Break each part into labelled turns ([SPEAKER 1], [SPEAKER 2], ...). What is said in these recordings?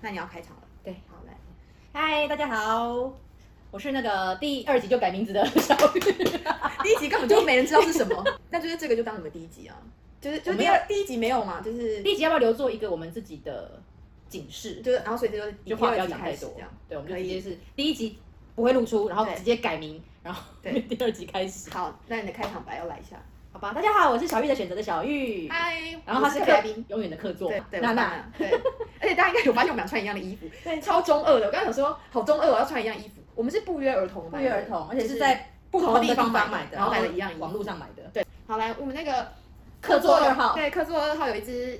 [SPEAKER 1] 那你要开场了。
[SPEAKER 2] 对，
[SPEAKER 1] 好来，
[SPEAKER 2] 嗨，大家好，我是那个第二集就改名字的小雨。
[SPEAKER 1] 第一集根本就没人知道是什 么，那就是这个就当你们第一集啊，就是就
[SPEAKER 2] 我
[SPEAKER 1] 第
[SPEAKER 2] 们
[SPEAKER 1] 二第一集没有嘛，就是
[SPEAKER 2] 第一集要不要留作一个我们自己的警示？
[SPEAKER 1] 就是，然后所以这就是以
[SPEAKER 2] 就
[SPEAKER 1] 第
[SPEAKER 2] 话不
[SPEAKER 1] 二
[SPEAKER 2] 要
[SPEAKER 1] 集
[SPEAKER 2] 讲太
[SPEAKER 1] 开始
[SPEAKER 2] 多
[SPEAKER 1] 这样。。
[SPEAKER 2] 对，我们
[SPEAKER 1] 可
[SPEAKER 2] 就
[SPEAKER 1] 以
[SPEAKER 2] 直接是第一集不会露出，然后
[SPEAKER 1] 对
[SPEAKER 2] 直接改名，然后
[SPEAKER 1] 对
[SPEAKER 2] 第二集开始。
[SPEAKER 1] 好，那你的开场白要来一下。
[SPEAKER 2] 好吧，大家好，我是小玉的选择的小玉。
[SPEAKER 1] 嗨，
[SPEAKER 2] 然后他
[SPEAKER 1] 我是
[SPEAKER 2] 是
[SPEAKER 1] 克莱
[SPEAKER 2] 客
[SPEAKER 1] 宾。
[SPEAKER 2] 永远的客座
[SPEAKER 1] 对
[SPEAKER 2] 嘛，
[SPEAKER 1] 对，
[SPEAKER 2] 娜
[SPEAKER 1] 我是
[SPEAKER 2] 娜。
[SPEAKER 1] 娜对， 而且大家应该有发现我们俩穿一样的衣服，
[SPEAKER 2] 对
[SPEAKER 1] 超中二的。我刚才想说，好中二，我要穿一样衣服。我们是不约而同
[SPEAKER 2] 不
[SPEAKER 1] 买的，
[SPEAKER 2] 约而同，而且
[SPEAKER 1] 就是
[SPEAKER 2] 在
[SPEAKER 1] 不同
[SPEAKER 2] 同
[SPEAKER 1] 的
[SPEAKER 2] 的
[SPEAKER 1] 地
[SPEAKER 2] 地
[SPEAKER 1] 方
[SPEAKER 2] 方
[SPEAKER 1] 买
[SPEAKER 2] 买
[SPEAKER 1] 的，
[SPEAKER 2] 的，
[SPEAKER 1] 然后买的一样衣服
[SPEAKER 2] 网。络上买的。
[SPEAKER 1] 好，来，我们那个
[SPEAKER 2] 客座二号
[SPEAKER 1] 对，客座二号有一只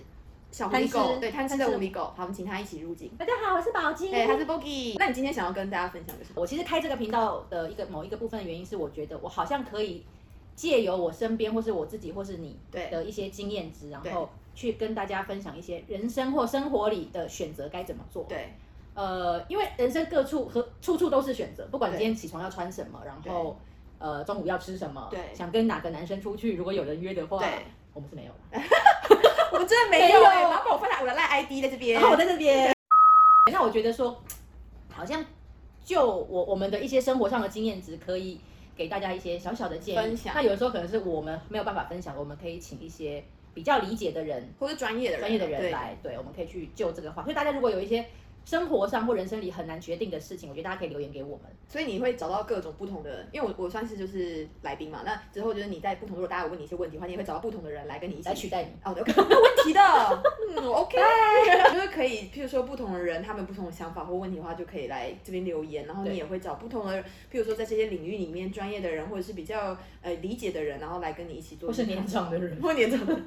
[SPEAKER 1] 小狐狸
[SPEAKER 2] 贪
[SPEAKER 1] 狗，
[SPEAKER 2] 吃
[SPEAKER 1] 对，贪吃
[SPEAKER 2] 贪
[SPEAKER 1] 的
[SPEAKER 2] 吃
[SPEAKER 1] 狐狸狗。好，我们请它一起入境。
[SPEAKER 2] 大家好，我是宝金
[SPEAKER 1] 对，它是 Boggy。那你今天想要跟大家分享的是什么？
[SPEAKER 2] 我其实开这个频道的一个某一个部分的原因是，我觉得我好像可以借由我身边或是我自己或是你
[SPEAKER 1] 对
[SPEAKER 2] 的一些经验值，然
[SPEAKER 1] 对
[SPEAKER 2] 后去跟大家分享一些人生或生活里的选择该怎么做。
[SPEAKER 1] 对
[SPEAKER 2] 呃，因为人生各处和处处都是选择，不管你
[SPEAKER 1] 对
[SPEAKER 2] 今天起床要穿什么，然后呃中午要吃什么，
[SPEAKER 1] 对
[SPEAKER 2] 想跟哪个男生出去，如果有人约的话，
[SPEAKER 1] 对，
[SPEAKER 2] 我们是没有的。
[SPEAKER 1] 我们真的没有
[SPEAKER 2] 没有
[SPEAKER 1] 哎，然后帮我分享我的赖 ID 在这边。
[SPEAKER 2] 然后我在这边，那我觉得说，好像就我我们的一些生活上的经验值，可以给大家一些小小的建议。
[SPEAKER 1] 分享
[SPEAKER 2] 那有的时候可能是我们没有办法分享，我们可以请一些比较理解的人、
[SPEAKER 1] 或是专业的人，啊
[SPEAKER 2] 专业的人
[SPEAKER 1] 对，
[SPEAKER 2] 来，对，我们可以去就这个话。所以大家如果有一些生活上或人生里很难决定的事情，我觉得大家可以留言给我们。
[SPEAKER 1] 所以你会找到各种不同的，因为我我算是就是来宾嘛，那之后就是你在不同，如果大家有问你一些问题的话，你也会找到不同的人来跟你一起
[SPEAKER 2] 来取代你
[SPEAKER 1] 哦，对，没有问题的， 嗯我，OK，就是可以，譬如说不同的人，他们有不同的想法或问题的话，就可以来这边留言，然后你
[SPEAKER 2] 对
[SPEAKER 1] 也会找不同的，譬如说在这些领域里面专业的人，或者是比较呃理解的人，然后来跟你一起做，
[SPEAKER 2] 或是年长的 人
[SPEAKER 1] 或年长的人，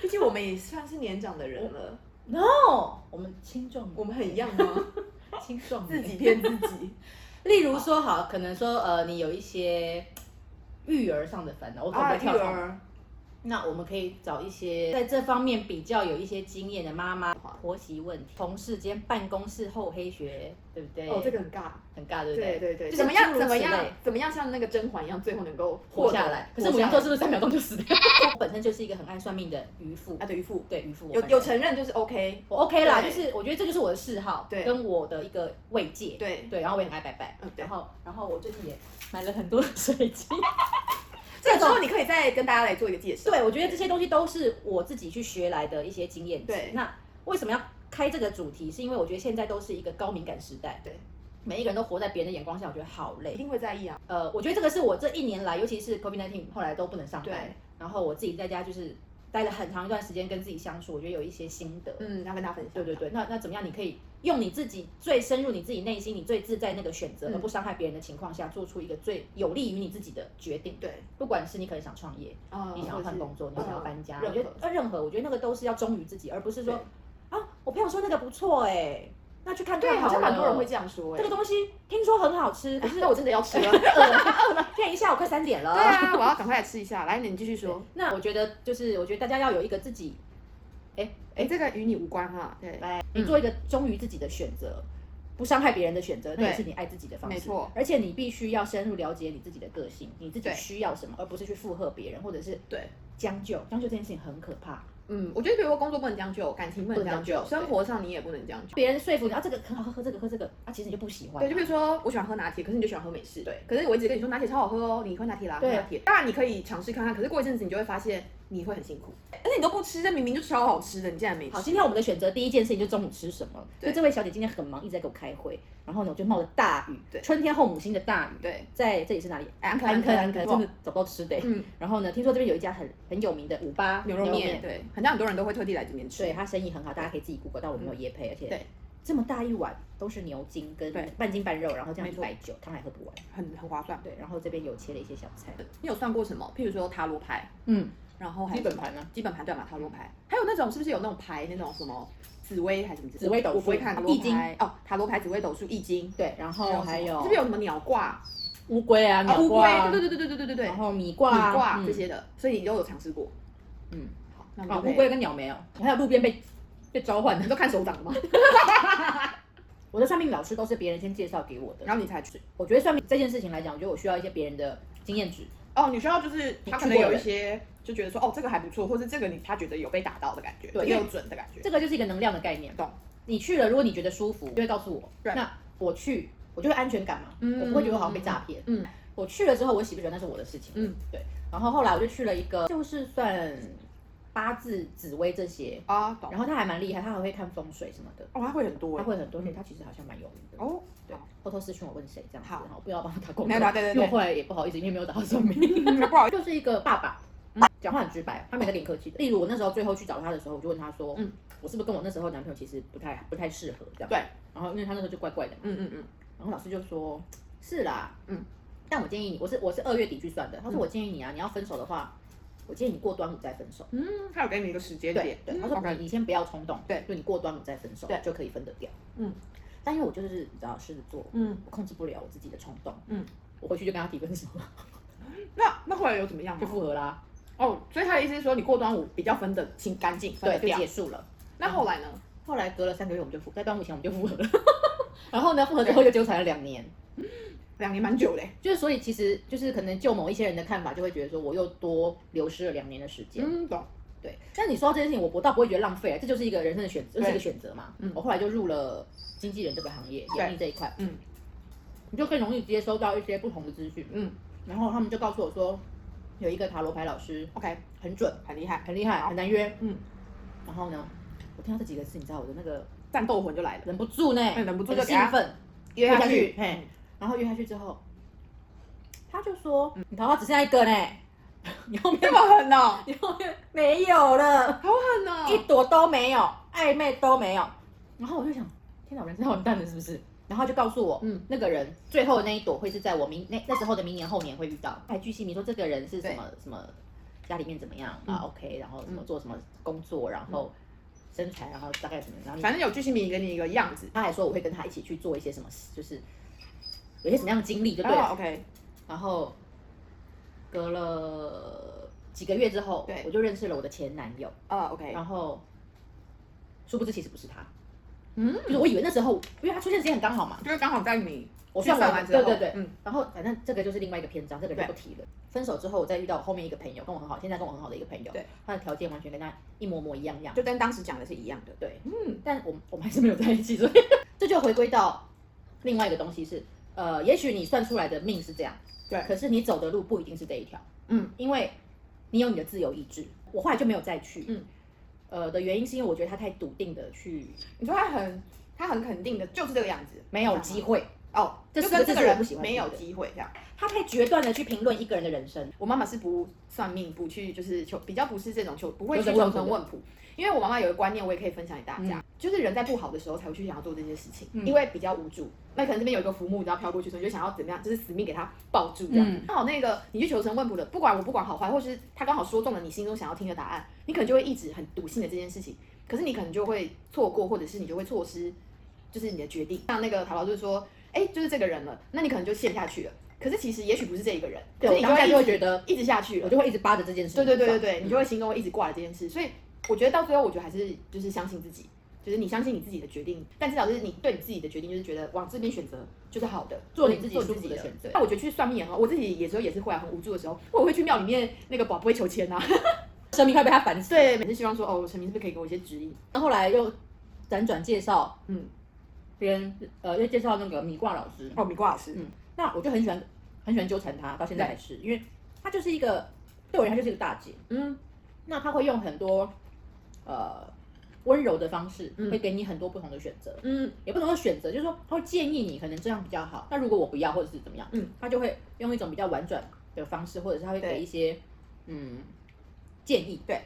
[SPEAKER 1] 毕竟我们也算是年长的人了，
[SPEAKER 2] No，我们轻重，
[SPEAKER 1] 我们很一样吗？
[SPEAKER 2] 轻重
[SPEAKER 1] 自己骗自 己，
[SPEAKER 2] 例如说，好，可能说，呃，你有一些育儿上的烦恼，我可能
[SPEAKER 1] 啊，
[SPEAKER 2] 会
[SPEAKER 1] 育
[SPEAKER 2] 跳槽
[SPEAKER 1] 儿，
[SPEAKER 2] 那我们可以找一些在这方面比较有一些经验的妈妈，婆媳问题、同事间办公室厚黑学，对不对？
[SPEAKER 1] 哦，这个很尬。
[SPEAKER 2] 很尬，对不
[SPEAKER 1] 对对
[SPEAKER 2] 对？
[SPEAKER 1] 对，
[SPEAKER 2] 就是
[SPEAKER 1] 怎么样
[SPEAKER 2] 诸如
[SPEAKER 1] 怎么
[SPEAKER 2] 此
[SPEAKER 1] 样
[SPEAKER 2] 类
[SPEAKER 1] 怎么样像那个甄嬛一样，最后能够
[SPEAKER 2] 活下来。可是
[SPEAKER 1] 我
[SPEAKER 2] 母羊座是不是三秒钟就死掉？ 我本身就是一个很爱算命的渔夫
[SPEAKER 1] 啊，，对渔夫
[SPEAKER 2] 对渔夫，
[SPEAKER 1] 有
[SPEAKER 2] 我本人
[SPEAKER 1] 有承认就是 OK，
[SPEAKER 2] 我 OK 啦，就
[SPEAKER 1] 对
[SPEAKER 2] 是我觉得这就是我的嗜好，
[SPEAKER 1] 对
[SPEAKER 2] 跟我的一个慰藉，
[SPEAKER 1] 对，
[SPEAKER 2] 对，然后我也很爱拜拜
[SPEAKER 1] 嗯，对
[SPEAKER 2] 然后然后我最近也买了很多的水晶，
[SPEAKER 1] 这个时候你可以再跟大家来做一个介绍。
[SPEAKER 2] 对，我觉得这些东西都是我自己去学来的一些经验值。
[SPEAKER 1] 对
[SPEAKER 2] 那为什么要开这个主题？是因为我觉得现在都是一个高敏感时代，
[SPEAKER 1] 对，
[SPEAKER 2] 每一个人都活在别人的眼光下，我觉得好
[SPEAKER 1] 一
[SPEAKER 2] 累。
[SPEAKER 1] 定会在意啊，
[SPEAKER 2] 呃，我觉得这个是我这一年来，尤其是 COVID-19 后来都不能上班
[SPEAKER 1] 对，
[SPEAKER 2] 然后我自己在家就是待了很长一段时间跟自己相处，我觉得有一些心得。
[SPEAKER 1] 嗯，要跟大家分享。
[SPEAKER 2] 对对对，那那怎么样？你可以用你自己最深入你自己内心、你最自在那个选择，
[SPEAKER 1] 嗯
[SPEAKER 2] 而不伤害别人的情况下，做出一个最有利于你自己的决定。
[SPEAKER 1] 对，
[SPEAKER 2] 不管是你可能想创业，
[SPEAKER 1] 啊
[SPEAKER 2] 你想要换工作，你想要搬家，我
[SPEAKER 1] 嗯任
[SPEAKER 2] 觉得
[SPEAKER 1] 何
[SPEAKER 2] 呃任何，我觉得那个都是要忠于自己，而不是说
[SPEAKER 1] 对
[SPEAKER 2] 啊，我朋友说那个不错哎，那去看看
[SPEAKER 1] 对，啊好像
[SPEAKER 2] 了
[SPEAKER 1] 蛮多人会这样说哎
[SPEAKER 2] 这个。东西听说很好吃，可 是
[SPEAKER 1] 那我真的要吃 了。
[SPEAKER 2] 饿了，骗一下我快三点了。
[SPEAKER 1] 对啊，我要赶快来吃一下。来，你继续说。
[SPEAKER 2] 那我觉得就是，我觉得大家要有一个自己，
[SPEAKER 1] 哎，这个与你无关哈。对，
[SPEAKER 2] 来你做一个忠于自己的选择，不伤害别人的选择，那也是你爱自己的方式。
[SPEAKER 1] 没错，
[SPEAKER 2] 而且你必须要深入了解你自己的个性，你自己
[SPEAKER 1] 对
[SPEAKER 2] 需要什么，而不是去附和别人或者是
[SPEAKER 1] 对，
[SPEAKER 2] 将就。将就这件事情很可怕。
[SPEAKER 1] 嗯，我觉得比如说工作不能将就，感情不能
[SPEAKER 2] 不
[SPEAKER 1] 将
[SPEAKER 2] 能
[SPEAKER 1] 就，
[SPEAKER 2] 将就
[SPEAKER 1] 生活上你也不能将就。
[SPEAKER 2] 别人说服你啊，这个很好喝，喝这个喝这个啊，其实你就不喜欢啊、
[SPEAKER 1] 对，就比如说我喜欢喝拿铁，可是你就喜欢喝美式。
[SPEAKER 2] 对，
[SPEAKER 1] 可是我一直跟你说拿铁超好喝哦，你喝拿铁啦，喝
[SPEAKER 2] 对
[SPEAKER 1] 拿铁。当然你可以尝试看看，可是过一阵子你就会发现你会很辛苦，而且你都不吃，这明明就超好吃的，你竟然没
[SPEAKER 2] 好，
[SPEAKER 1] 吃。
[SPEAKER 2] 今天我们的选择第一件事情就是中午吃什么。
[SPEAKER 1] 对
[SPEAKER 2] 就这位小姐今天很忙，一直在给我开会，然后呢，我就冒着大雨，
[SPEAKER 1] 对
[SPEAKER 2] 春天后母星的大雨，
[SPEAKER 1] 对，
[SPEAKER 2] 在这里是哪里？
[SPEAKER 1] 安可
[SPEAKER 2] 安坑，
[SPEAKER 1] 安
[SPEAKER 2] 安
[SPEAKER 1] 坑
[SPEAKER 2] 坑，
[SPEAKER 1] 哇
[SPEAKER 2] 真的找不到吃的欸。
[SPEAKER 1] 嗯，
[SPEAKER 2] 然后呢，听说这边有一家很很有名的五八
[SPEAKER 1] 牛肉面，，对，很像很多人都会特地来这边吃。
[SPEAKER 2] 对，它生意很好，大家可以自己 Google，但我没有夜配，而且
[SPEAKER 1] 嗯对
[SPEAKER 2] 这么大一碗都是牛筋跟
[SPEAKER 1] 对
[SPEAKER 2] 半斤半肉，然后这样
[SPEAKER 1] 没
[SPEAKER 2] 一
[SPEAKER 1] 错
[SPEAKER 2] 百九，汤还喝不完。
[SPEAKER 1] 很很划算。
[SPEAKER 2] 对，然后这边有切了一些小菜，
[SPEAKER 1] 你有算过什么？譬如说塔罗牌，
[SPEAKER 2] 嗯，
[SPEAKER 1] 然后还
[SPEAKER 2] 基
[SPEAKER 1] 有什
[SPEAKER 2] 本
[SPEAKER 1] 么
[SPEAKER 2] 盘呢？
[SPEAKER 1] 基本盘对嘛，塔罗牌，还有那种是不是有那种牌那种什么紫薇还是什么之类的？
[SPEAKER 2] 紫微斗数
[SPEAKER 1] 我不会看塔罗
[SPEAKER 2] 易经
[SPEAKER 1] 牌哦，塔罗牌、紫微斗数、易经，
[SPEAKER 2] 对，然后还
[SPEAKER 1] 什么
[SPEAKER 2] 有
[SPEAKER 1] 是不是有什么鸟卦、
[SPEAKER 2] 乌龟啊、
[SPEAKER 1] 啊
[SPEAKER 2] 鸟
[SPEAKER 1] 乌龟
[SPEAKER 2] 挂啊？，
[SPEAKER 1] 对对对对对对对对
[SPEAKER 2] 然，后米挂
[SPEAKER 1] 米
[SPEAKER 2] 啊、
[SPEAKER 1] 卦
[SPEAKER 2] 嗯
[SPEAKER 1] 这些的，所以你都有尝试过。
[SPEAKER 2] 嗯，
[SPEAKER 1] 好，那我
[SPEAKER 2] 啊，
[SPEAKER 1] 们就
[SPEAKER 2] 乌
[SPEAKER 1] 可以
[SPEAKER 2] 龟跟鸟没有，我还有路边被被召唤
[SPEAKER 1] 你
[SPEAKER 2] 的。
[SPEAKER 1] 都看手掌吗？
[SPEAKER 2] 我的算命老师都是别人先介绍给我的。
[SPEAKER 1] 然后你才去。
[SPEAKER 2] 我觉得算命这件事情来讲，我觉得我需要一些别人的经验值。
[SPEAKER 1] 哦，你需要就是他可
[SPEAKER 2] 你
[SPEAKER 1] 能
[SPEAKER 2] 去过
[SPEAKER 1] 有一
[SPEAKER 2] 人
[SPEAKER 1] 些就觉得说，哦，这个还不错，或者这个你他觉得有被打到的感觉，
[SPEAKER 2] 对
[SPEAKER 1] 也有准的感觉。
[SPEAKER 2] 这个就是一个能量的概念。
[SPEAKER 1] 懂？
[SPEAKER 2] 你去了，如果你觉得舒服，就会告诉我。
[SPEAKER 1] Right
[SPEAKER 2] 那我去，我就会安全感嘛，
[SPEAKER 1] 嗯
[SPEAKER 2] 我不会觉得我好像被诈骗。
[SPEAKER 1] 嗯
[SPEAKER 2] 我去了之后，我喜不喜欢那是我的事情。
[SPEAKER 1] 嗯，
[SPEAKER 2] 对。然后后来我就去了一个，就是算八字、紫薇这些，
[SPEAKER 1] 啊，懂。
[SPEAKER 2] 然后他还蛮厉害，他还会看风水什么的，
[SPEAKER 1] 哦，他会很多
[SPEAKER 2] 他
[SPEAKER 1] 欸，
[SPEAKER 2] 会很多，而且他其实好像蛮有名的。
[SPEAKER 1] 哦，
[SPEAKER 2] 对，偷偷私讯我问谁这样子，
[SPEAKER 1] 好
[SPEAKER 2] 然后不要帮他打广
[SPEAKER 1] 没
[SPEAKER 2] 告，
[SPEAKER 1] 有打对对对
[SPEAKER 2] 因为我后来也不好意思，因为没有打 到算命。
[SPEAKER 1] 嗯不好意思，嗯
[SPEAKER 2] 就是一个爸爸，啊讲话很直白，他没在跟你客气的。例如我那时候最后去找他的时候，我就问他说，
[SPEAKER 1] 嗯
[SPEAKER 2] 嗯，我是不是跟我那时候男朋友其实不太不太适合这样？
[SPEAKER 1] 对。
[SPEAKER 2] 然后因为他那时候就怪怪的嘛，
[SPEAKER 1] 嗯嗯嗯，
[SPEAKER 2] 然后老师就说，是啦，
[SPEAKER 1] 嗯
[SPEAKER 2] 嗯，但我建议你，我是我是二月底去算的，他
[SPEAKER 1] 嗯
[SPEAKER 2] 说我建议你啊，你要分手的话，我建议你过端午再分手。
[SPEAKER 1] 嗯，他有给你一个时间
[SPEAKER 2] 对
[SPEAKER 1] 点，
[SPEAKER 2] 对，
[SPEAKER 1] 嗯
[SPEAKER 2] 他说
[SPEAKER 1] OK
[SPEAKER 2] 你你先不要冲动，
[SPEAKER 1] 对
[SPEAKER 2] 就你过端午再分手，
[SPEAKER 1] 对
[SPEAKER 2] 就可以分得掉。
[SPEAKER 1] 嗯，
[SPEAKER 2] 但因为我就是你知道狮子座，
[SPEAKER 1] 嗯，
[SPEAKER 2] 我控制不了我自己的冲动，
[SPEAKER 1] 嗯
[SPEAKER 2] 嗯，我回去就跟他提分手了，
[SPEAKER 1] 那那后来有怎么样
[SPEAKER 2] 就
[SPEAKER 1] 吗？
[SPEAKER 2] 复合啦，
[SPEAKER 1] 哦，所以他的意思是说，你过端午比较分得清干净，分
[SPEAKER 2] 对，
[SPEAKER 1] 得
[SPEAKER 2] 就
[SPEAKER 1] 掉
[SPEAKER 2] 结。束了。
[SPEAKER 1] 那后来呢？
[SPEAKER 2] 后来隔了三个月，我们就复，在端午前我们就复合了。 然后呢，复合之后又纠缠了两年，
[SPEAKER 1] 两年蛮久嘞。
[SPEAKER 2] 就是所以其实就是可能就某一些人的看法，就会觉得说我又多流失了两年的时间。
[SPEAKER 1] 嗯，懂。
[SPEAKER 2] 对，但你说到这件事情，我不倒不会觉得浪费啊，这就是一个人生的选择，
[SPEAKER 1] 对
[SPEAKER 2] 就是一个选择嘛。
[SPEAKER 1] 嗯
[SPEAKER 2] 我后来就入了经纪人这个行业，
[SPEAKER 1] 对
[SPEAKER 2] 演艺这一块，
[SPEAKER 1] 嗯
[SPEAKER 2] 你就更容易接收到一些不同的资讯。
[SPEAKER 1] 嗯
[SPEAKER 2] 然后他们就告诉我说，有一个塔罗牌老师
[SPEAKER 1] ，OK，
[SPEAKER 2] 很准，
[SPEAKER 1] 很厉害。
[SPEAKER 2] 很厉害，很难约。
[SPEAKER 1] 嗯，
[SPEAKER 2] 然后呢，我听到这几个字，你知道我的那个
[SPEAKER 1] 战斗魂就来了，
[SPEAKER 2] 忍不住呢，
[SPEAKER 1] 嗯忍不住就
[SPEAKER 2] 很
[SPEAKER 1] 给
[SPEAKER 2] 兴
[SPEAKER 1] 他
[SPEAKER 2] 奋。
[SPEAKER 1] 约
[SPEAKER 2] 下
[SPEAKER 1] 下
[SPEAKER 2] 去
[SPEAKER 1] 去。
[SPEAKER 2] 嘿，然后约下去之后，他就说、
[SPEAKER 1] 嗯
[SPEAKER 2] 你桃花只剩下一个呢， 你后面
[SPEAKER 1] 这么狠哦，
[SPEAKER 2] 你后面没有了，
[SPEAKER 1] 好狠哦！
[SPEAKER 2] 一朵都没有，暧昧都没有。然后我就想，天哪，我人生要完蛋了是不是？然后他就告诉我，
[SPEAKER 1] 嗯
[SPEAKER 2] 嗯，那个人最后的那一朵会是在我明那那时候的明年后年会遇到，还巨细靡说这个人是什么什么家里面怎么样啊、
[SPEAKER 1] 嗯
[SPEAKER 2] o k 然后什么做什么工作，然后身材，然后大概什么，然后你
[SPEAKER 1] 反正有巨星迷给你一个样子。
[SPEAKER 2] 他还说我会跟他一起去做一些什么事，就是有些什么样的经历就对了。
[SPEAKER 1] 哦，OK，
[SPEAKER 2] 然后隔了几个月之后，
[SPEAKER 1] 对
[SPEAKER 2] 我就认识了我的前男友，
[SPEAKER 1] 啊，OK，
[SPEAKER 2] 然后殊不知其实不是他，
[SPEAKER 1] 嗯，
[SPEAKER 2] 就是我以为那时候，因为他出现的时间很刚好嘛，
[SPEAKER 1] 就是刚好在你
[SPEAKER 2] 我
[SPEAKER 1] 去
[SPEAKER 2] 算
[SPEAKER 1] 算完之
[SPEAKER 2] 对
[SPEAKER 1] 后，
[SPEAKER 2] 对对，
[SPEAKER 1] 嗯
[SPEAKER 2] 然后反正这个就是另外一个篇章，这个就
[SPEAKER 1] 对
[SPEAKER 2] 不提了。分手之后，我再遇到我后面一个朋友，跟我很好，现在跟我很好的一个朋友，
[SPEAKER 1] 对，
[SPEAKER 2] 他的条件完全跟他一模模一样样，
[SPEAKER 1] 就跟当时讲的是一样的。
[SPEAKER 2] 对，
[SPEAKER 1] 嗯，
[SPEAKER 2] 但我们我们还是没有在一起，所以这就回归到另外一个东西是，呃，也许你算出来的命是这样，
[SPEAKER 1] 对
[SPEAKER 2] 可是你走的路不一定是这一条，
[SPEAKER 1] 嗯，
[SPEAKER 2] 因为你有你的自由意志。我后来就没有再去，
[SPEAKER 1] 嗯，
[SPEAKER 2] 呃的原因是因为我觉得他太笃定的去
[SPEAKER 1] 你说他很，他很肯定的，就是这个样子，
[SPEAKER 2] 没有机会，
[SPEAKER 1] 哦，
[SPEAKER 2] 这
[SPEAKER 1] 就是跟这
[SPEAKER 2] 这
[SPEAKER 1] 个
[SPEAKER 2] 是我
[SPEAKER 1] 人
[SPEAKER 2] 不喜欢
[SPEAKER 1] 没有
[SPEAKER 2] 听的
[SPEAKER 1] 机会这样。
[SPEAKER 2] 他太决断的去评论一个人的人生，
[SPEAKER 1] 我妈妈是不算命，不去就是求，比较不是这种求，不会
[SPEAKER 2] 求
[SPEAKER 1] 去
[SPEAKER 2] 神
[SPEAKER 1] 求
[SPEAKER 2] 问卜
[SPEAKER 1] 神
[SPEAKER 2] 的
[SPEAKER 1] 问卜。因为我妈妈有一个观念，我也可以分享给大家，就是人在不好的时候才会去想要做这些事情，
[SPEAKER 2] 嗯
[SPEAKER 1] 因为比较无助。那可能这边有一个浮木，你知道飘过去，所以你就想要怎么样，就是死命给它抱住这样。
[SPEAKER 2] 嗯
[SPEAKER 1] 刚好那个你去求神问卜的，不管我不管好坏，或是他刚好说中了你心中想要听的答案，你可能就会一直很笃信的这件事情，可是你可能就会错过，或者是你就会错失，就是你的决定。像那个塔罗就是说，哎，就是这个人了，那你可能就陷下去了。可是其实也许不是这一个人，
[SPEAKER 2] 对
[SPEAKER 1] 可是你
[SPEAKER 2] 我当下
[SPEAKER 1] 会一
[SPEAKER 2] 就会
[SPEAKER 1] 直
[SPEAKER 2] 觉得
[SPEAKER 1] 一直下去了
[SPEAKER 2] 我。就会一直扒着这件事
[SPEAKER 1] 对
[SPEAKER 2] 情。
[SPEAKER 1] 对对对对，你就会心中一直挂着这件事，所以我觉得到最后，我觉得还是就是相信自己，就是你相信你自己的决定，但至少就是你对你自己的决定，就是觉得往这边选择就是好的，
[SPEAKER 2] 做你自己
[SPEAKER 1] 做
[SPEAKER 2] 舒服的选择
[SPEAKER 1] 那我觉得去算命也很好，我自己有时候也是会啊，很无助的时候，我会去庙里面那个宝贝求签啊，
[SPEAKER 2] 生命快被他烦死。，
[SPEAKER 1] 对，每次希望说哦，神明是不是可以给我一些指引？
[SPEAKER 2] 后来又辗转介绍
[SPEAKER 1] 嗯，
[SPEAKER 2] 别人，呃，又介绍那个米卦老师，
[SPEAKER 1] 哦，米卦老师，
[SPEAKER 2] 嗯那我就很喜欢很喜欢纠缠他，到现在还是，因为他就是一个对我而言，他就是一个大姐。
[SPEAKER 1] 嗯
[SPEAKER 2] 那他会用很多呃温柔的方式，
[SPEAKER 1] 嗯
[SPEAKER 2] 会给你很多不同的选择，
[SPEAKER 1] 嗯
[SPEAKER 2] 也不能说选择，就是说他会建议你可能这样比较好。那如果我不要或者是怎么样，
[SPEAKER 1] 嗯，
[SPEAKER 2] 他就会用一种比较婉转的方式，或者是他会
[SPEAKER 1] 对
[SPEAKER 2] 给一些嗯建议，
[SPEAKER 1] 对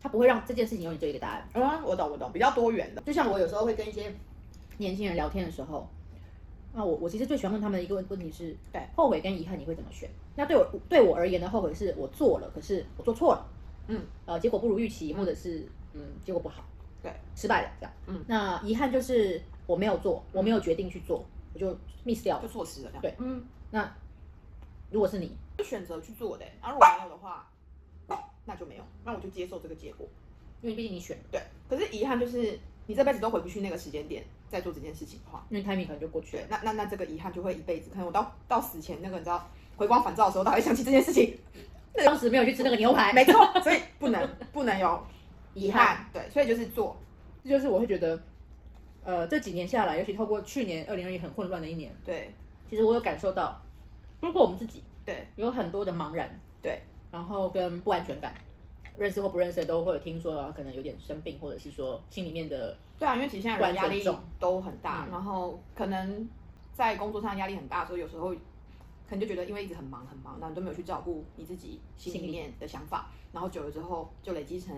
[SPEAKER 2] 他不会让这件事情永远只有一个答案。
[SPEAKER 1] 啊，我懂我懂，比较多元的，
[SPEAKER 2] 就像我有时候会跟一些年轻人聊天的时候，那我我其实最喜欢问他们的一个问问题是，
[SPEAKER 1] 对
[SPEAKER 2] 后悔跟遗憾你会怎么选？那对我对我而言的后悔是我做了，可是我做错了，
[SPEAKER 1] 嗯，
[SPEAKER 2] 呃，结果不如预期，或者是嗯，结果不好，
[SPEAKER 1] 对，
[SPEAKER 2] 失败了这样，
[SPEAKER 1] 嗯，
[SPEAKER 2] 那遗憾就是我没有做，我没有决定去做，我就 miss 掉
[SPEAKER 1] 就
[SPEAKER 2] 了。
[SPEAKER 1] 错失了这样，
[SPEAKER 2] 对
[SPEAKER 1] 嗯，
[SPEAKER 2] 那如果是你，
[SPEAKER 1] 就选择去做的、欸然后如果没有的话，那就没有，那我就接受这个结果。
[SPEAKER 2] 因为毕竟你选了，
[SPEAKER 1] 对，可是遗憾就是你这辈子都回不去那个时间点再做这件事情的话，
[SPEAKER 2] 因为 timing 可能就过去了
[SPEAKER 1] 对，。那那那这个遗憾就会一辈子。可能我到到死前那个你知道回光返照的时候，他还会想起这件事情。
[SPEAKER 2] 当时没有去吃那个牛排，
[SPEAKER 1] 没错，所以 不能不能有
[SPEAKER 2] 遗
[SPEAKER 1] 遗
[SPEAKER 2] 憾。
[SPEAKER 1] 憾。对，所以就是做，
[SPEAKER 2] 就是我会觉得，呃这几年下来，尤其透过去年二零二一很混乱的一年，
[SPEAKER 1] 对
[SPEAKER 2] 其实我有感受到，包括我们自己
[SPEAKER 1] 对
[SPEAKER 2] 有很多的茫然，
[SPEAKER 1] 对，
[SPEAKER 2] 然后跟不安全感，认识或不认识的都会有听说，啊可能有点生病，或者是说心里面的
[SPEAKER 1] 对啊，因为其实现在人压力
[SPEAKER 2] 不安全重
[SPEAKER 1] 都很大，
[SPEAKER 2] 嗯
[SPEAKER 1] 然后可能在工作上压力很大，所以有时候可能就觉得因为一直很忙很忙，然后你都没有去照顾你自己心里面的想法，然后久了之后就累积成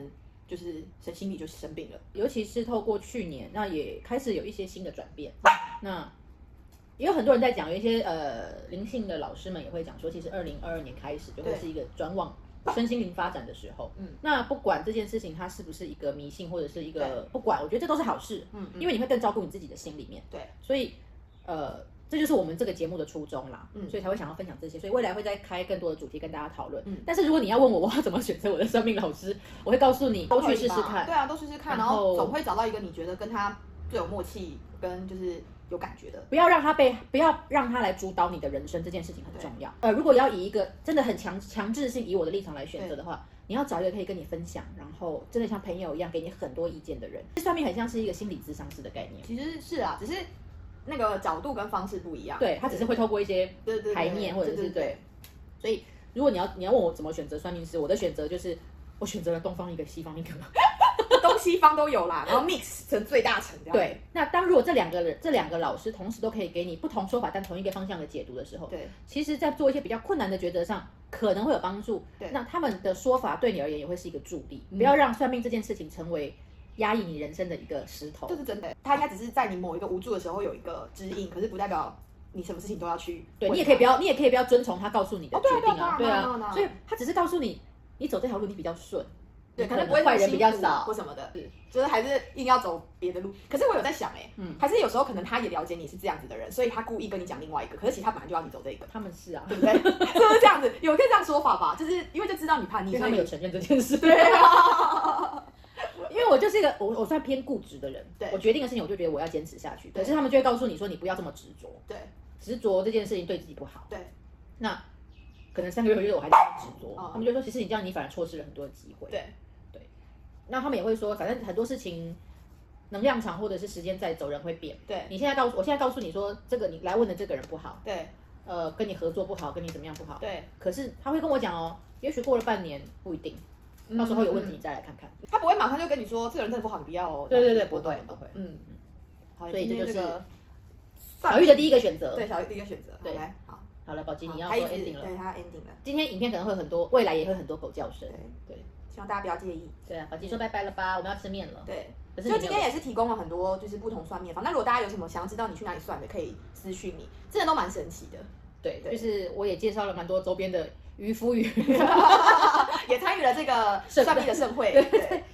[SPEAKER 1] 就是身心里就生病了。
[SPEAKER 2] 尤其是透过去年，那也开始有一些新的转变。那也有很多人在讲，有一些呃灵性的老师们也会讲说，其实二零二二年开始就会
[SPEAKER 1] 对
[SPEAKER 2] 是一个转往身心灵发展的时候。
[SPEAKER 1] 嗯，
[SPEAKER 2] 那不管这件事情它是不是一个迷信，或者是一
[SPEAKER 1] 对
[SPEAKER 2] 个不管，我觉得这都是好事，
[SPEAKER 1] 嗯，嗯
[SPEAKER 2] 因为你会更照顾你自己的心里面。
[SPEAKER 1] 对，
[SPEAKER 2] 所以呃。这就是我们这个节目的初衷啦，
[SPEAKER 1] 嗯
[SPEAKER 2] 所以才会想要分享这些，所以未来会再开更多的主题跟大家讨论。
[SPEAKER 1] 嗯
[SPEAKER 2] 但是如果你要问我我要怎么选择我的生命老师，我会告诉你，都去试试看
[SPEAKER 1] 对。啊，都试试看，然
[SPEAKER 2] 然后
[SPEAKER 1] 后总会找到一个你觉得跟他最有默契跟就是有感觉的。
[SPEAKER 2] 不要让他被，不要让他来主导你的人生，这件事情很重要。呃，如果要以一个真的很强强制性以我的立场来选择的话，你要找一个可以跟你分享，然后真的像朋友一样给你很多意见的人。这算命很像是一个心理咨商师的概念，
[SPEAKER 1] 其实是啊，只是那个角度跟方式不一样。
[SPEAKER 2] 对他只是会透过一些
[SPEAKER 1] 对对对
[SPEAKER 2] 牌面或者
[SPEAKER 1] 对
[SPEAKER 2] 是
[SPEAKER 1] 对
[SPEAKER 2] 所以，如果你要你要问我怎么选择算命师，我的选择就是我选择了东方一个，西方一个。
[SPEAKER 1] 对，东西方都有啦，然后 mix 成最大成这样。
[SPEAKER 2] 对，那当如果这两个人这两个老师同时都可以给你不同说法，但同一个方向的解读的时候，
[SPEAKER 1] 对
[SPEAKER 2] 其实，在做一些比较困难的抉择上，可能会有帮助。
[SPEAKER 1] 对
[SPEAKER 2] 那他们的说法对你而言也会是一个助力。
[SPEAKER 1] 嗯
[SPEAKER 2] 不要让算命这件事情成为压抑你人生的一个石头
[SPEAKER 1] 这。是真的。他应该只是在你某一个无助的时候有一个指引，可是不代表你什么事情都要去问他。
[SPEAKER 2] 对你也可以不要，你也可以不要遵从他告诉你的
[SPEAKER 1] 哦
[SPEAKER 2] 决
[SPEAKER 1] 对啊
[SPEAKER 2] 定
[SPEAKER 1] 对
[SPEAKER 2] 对
[SPEAKER 1] 啊当然当然当
[SPEAKER 2] 啊。
[SPEAKER 1] 然
[SPEAKER 2] 所以他只是告诉你，你走这条路你比较顺，
[SPEAKER 1] 对，
[SPEAKER 2] 你
[SPEAKER 1] 可
[SPEAKER 2] 可
[SPEAKER 1] 能
[SPEAKER 2] 能
[SPEAKER 1] 不会那么啊
[SPEAKER 2] 坏人比较
[SPEAKER 1] 辛苦
[SPEAKER 2] 少
[SPEAKER 1] 或什么的
[SPEAKER 2] 是，
[SPEAKER 1] 就是还是硬要走别的路。可是我有在想、欸，哎，
[SPEAKER 2] 嗯
[SPEAKER 1] 还是有时候可能他也了解你是这样子的人，所以他故意跟你讲另外一个，可是其实他本来就要你走这个，
[SPEAKER 2] 他们是啊，
[SPEAKER 1] 对不 对？就是这样子，有可以这样说法吧？就是因为就知道你叛逆，
[SPEAKER 2] 因为
[SPEAKER 1] 所
[SPEAKER 2] 他们有
[SPEAKER 1] 以
[SPEAKER 2] 承认这件事。
[SPEAKER 1] 对啊，
[SPEAKER 2] 因为我就是一个我我算偏固执的人，
[SPEAKER 1] 对
[SPEAKER 2] 我决定的事情我就觉得我要坚持下去。
[SPEAKER 1] 对
[SPEAKER 2] 可是他们就会告诉你说，你不要这么执着，
[SPEAKER 1] 对
[SPEAKER 2] 执着这件事情对自己不好。
[SPEAKER 1] 对，
[SPEAKER 2] 那可能三个月后觉得我还在执着，
[SPEAKER 1] 哦
[SPEAKER 2] 他们就说，其实你这样你反而错失了很多的机会。
[SPEAKER 1] 对
[SPEAKER 2] 那他们也会说，反正很多事情能量场或者是时间在走，人会变。
[SPEAKER 1] 对
[SPEAKER 2] 你现在告诉我现在告诉你说，这个你来问的这个人不好，
[SPEAKER 1] 对
[SPEAKER 2] 呃，跟你合作不好，跟你怎么样不好。
[SPEAKER 1] 对，
[SPEAKER 2] 可是他会跟我讲哦，也许过了半年不一定，
[SPEAKER 1] 嗯
[SPEAKER 2] 到时候有问题你再来看看。
[SPEAKER 1] 他不会马上就跟你说这个人真的不好，你不要哦。
[SPEAKER 2] 对对对
[SPEAKER 1] 不会
[SPEAKER 2] 不会不会
[SPEAKER 1] 嗯，好，
[SPEAKER 2] 所以
[SPEAKER 1] 今
[SPEAKER 2] 这
[SPEAKER 1] 天
[SPEAKER 2] 就是
[SPEAKER 1] 个
[SPEAKER 2] 小玉的第一个选择。
[SPEAKER 1] 对小玉第一个选择。好
[SPEAKER 2] 对
[SPEAKER 1] 来，好，
[SPEAKER 2] 好了，宝鸡你要
[SPEAKER 1] 好
[SPEAKER 2] 说
[SPEAKER 1] 他一直
[SPEAKER 2] ending 了。
[SPEAKER 1] 对他 ending 了，
[SPEAKER 2] 今天影片可能会有很多，未来也会很多狗叫声
[SPEAKER 1] 对。
[SPEAKER 2] 对
[SPEAKER 1] 希望大家不要介意。
[SPEAKER 2] 对啊，宝鸡说拜拜了吧，我们要吃面了。
[SPEAKER 1] 对。
[SPEAKER 2] 可是
[SPEAKER 1] 所以今天
[SPEAKER 2] 也
[SPEAKER 1] 也是提供了很多就是不同算命方，那如果大家有什么想要知道你去哪里算的，可以私讯你，真的都蛮神奇的，
[SPEAKER 2] 对，
[SPEAKER 1] 对
[SPEAKER 2] 就是我也介绍了蛮多周边的渔夫 渔，
[SPEAKER 1] 也参与了这个
[SPEAKER 2] 盛会
[SPEAKER 1] 算命的盛 会，对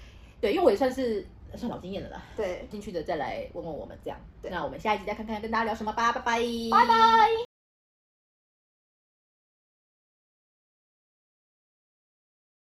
[SPEAKER 2] 对，因为我也算是算老经验了啦，
[SPEAKER 1] 对。
[SPEAKER 2] 进去的再来问问我们这样。
[SPEAKER 1] 对
[SPEAKER 2] 那我们下一集再看看跟大家聊什么吧，拜拜，
[SPEAKER 1] 拜拜。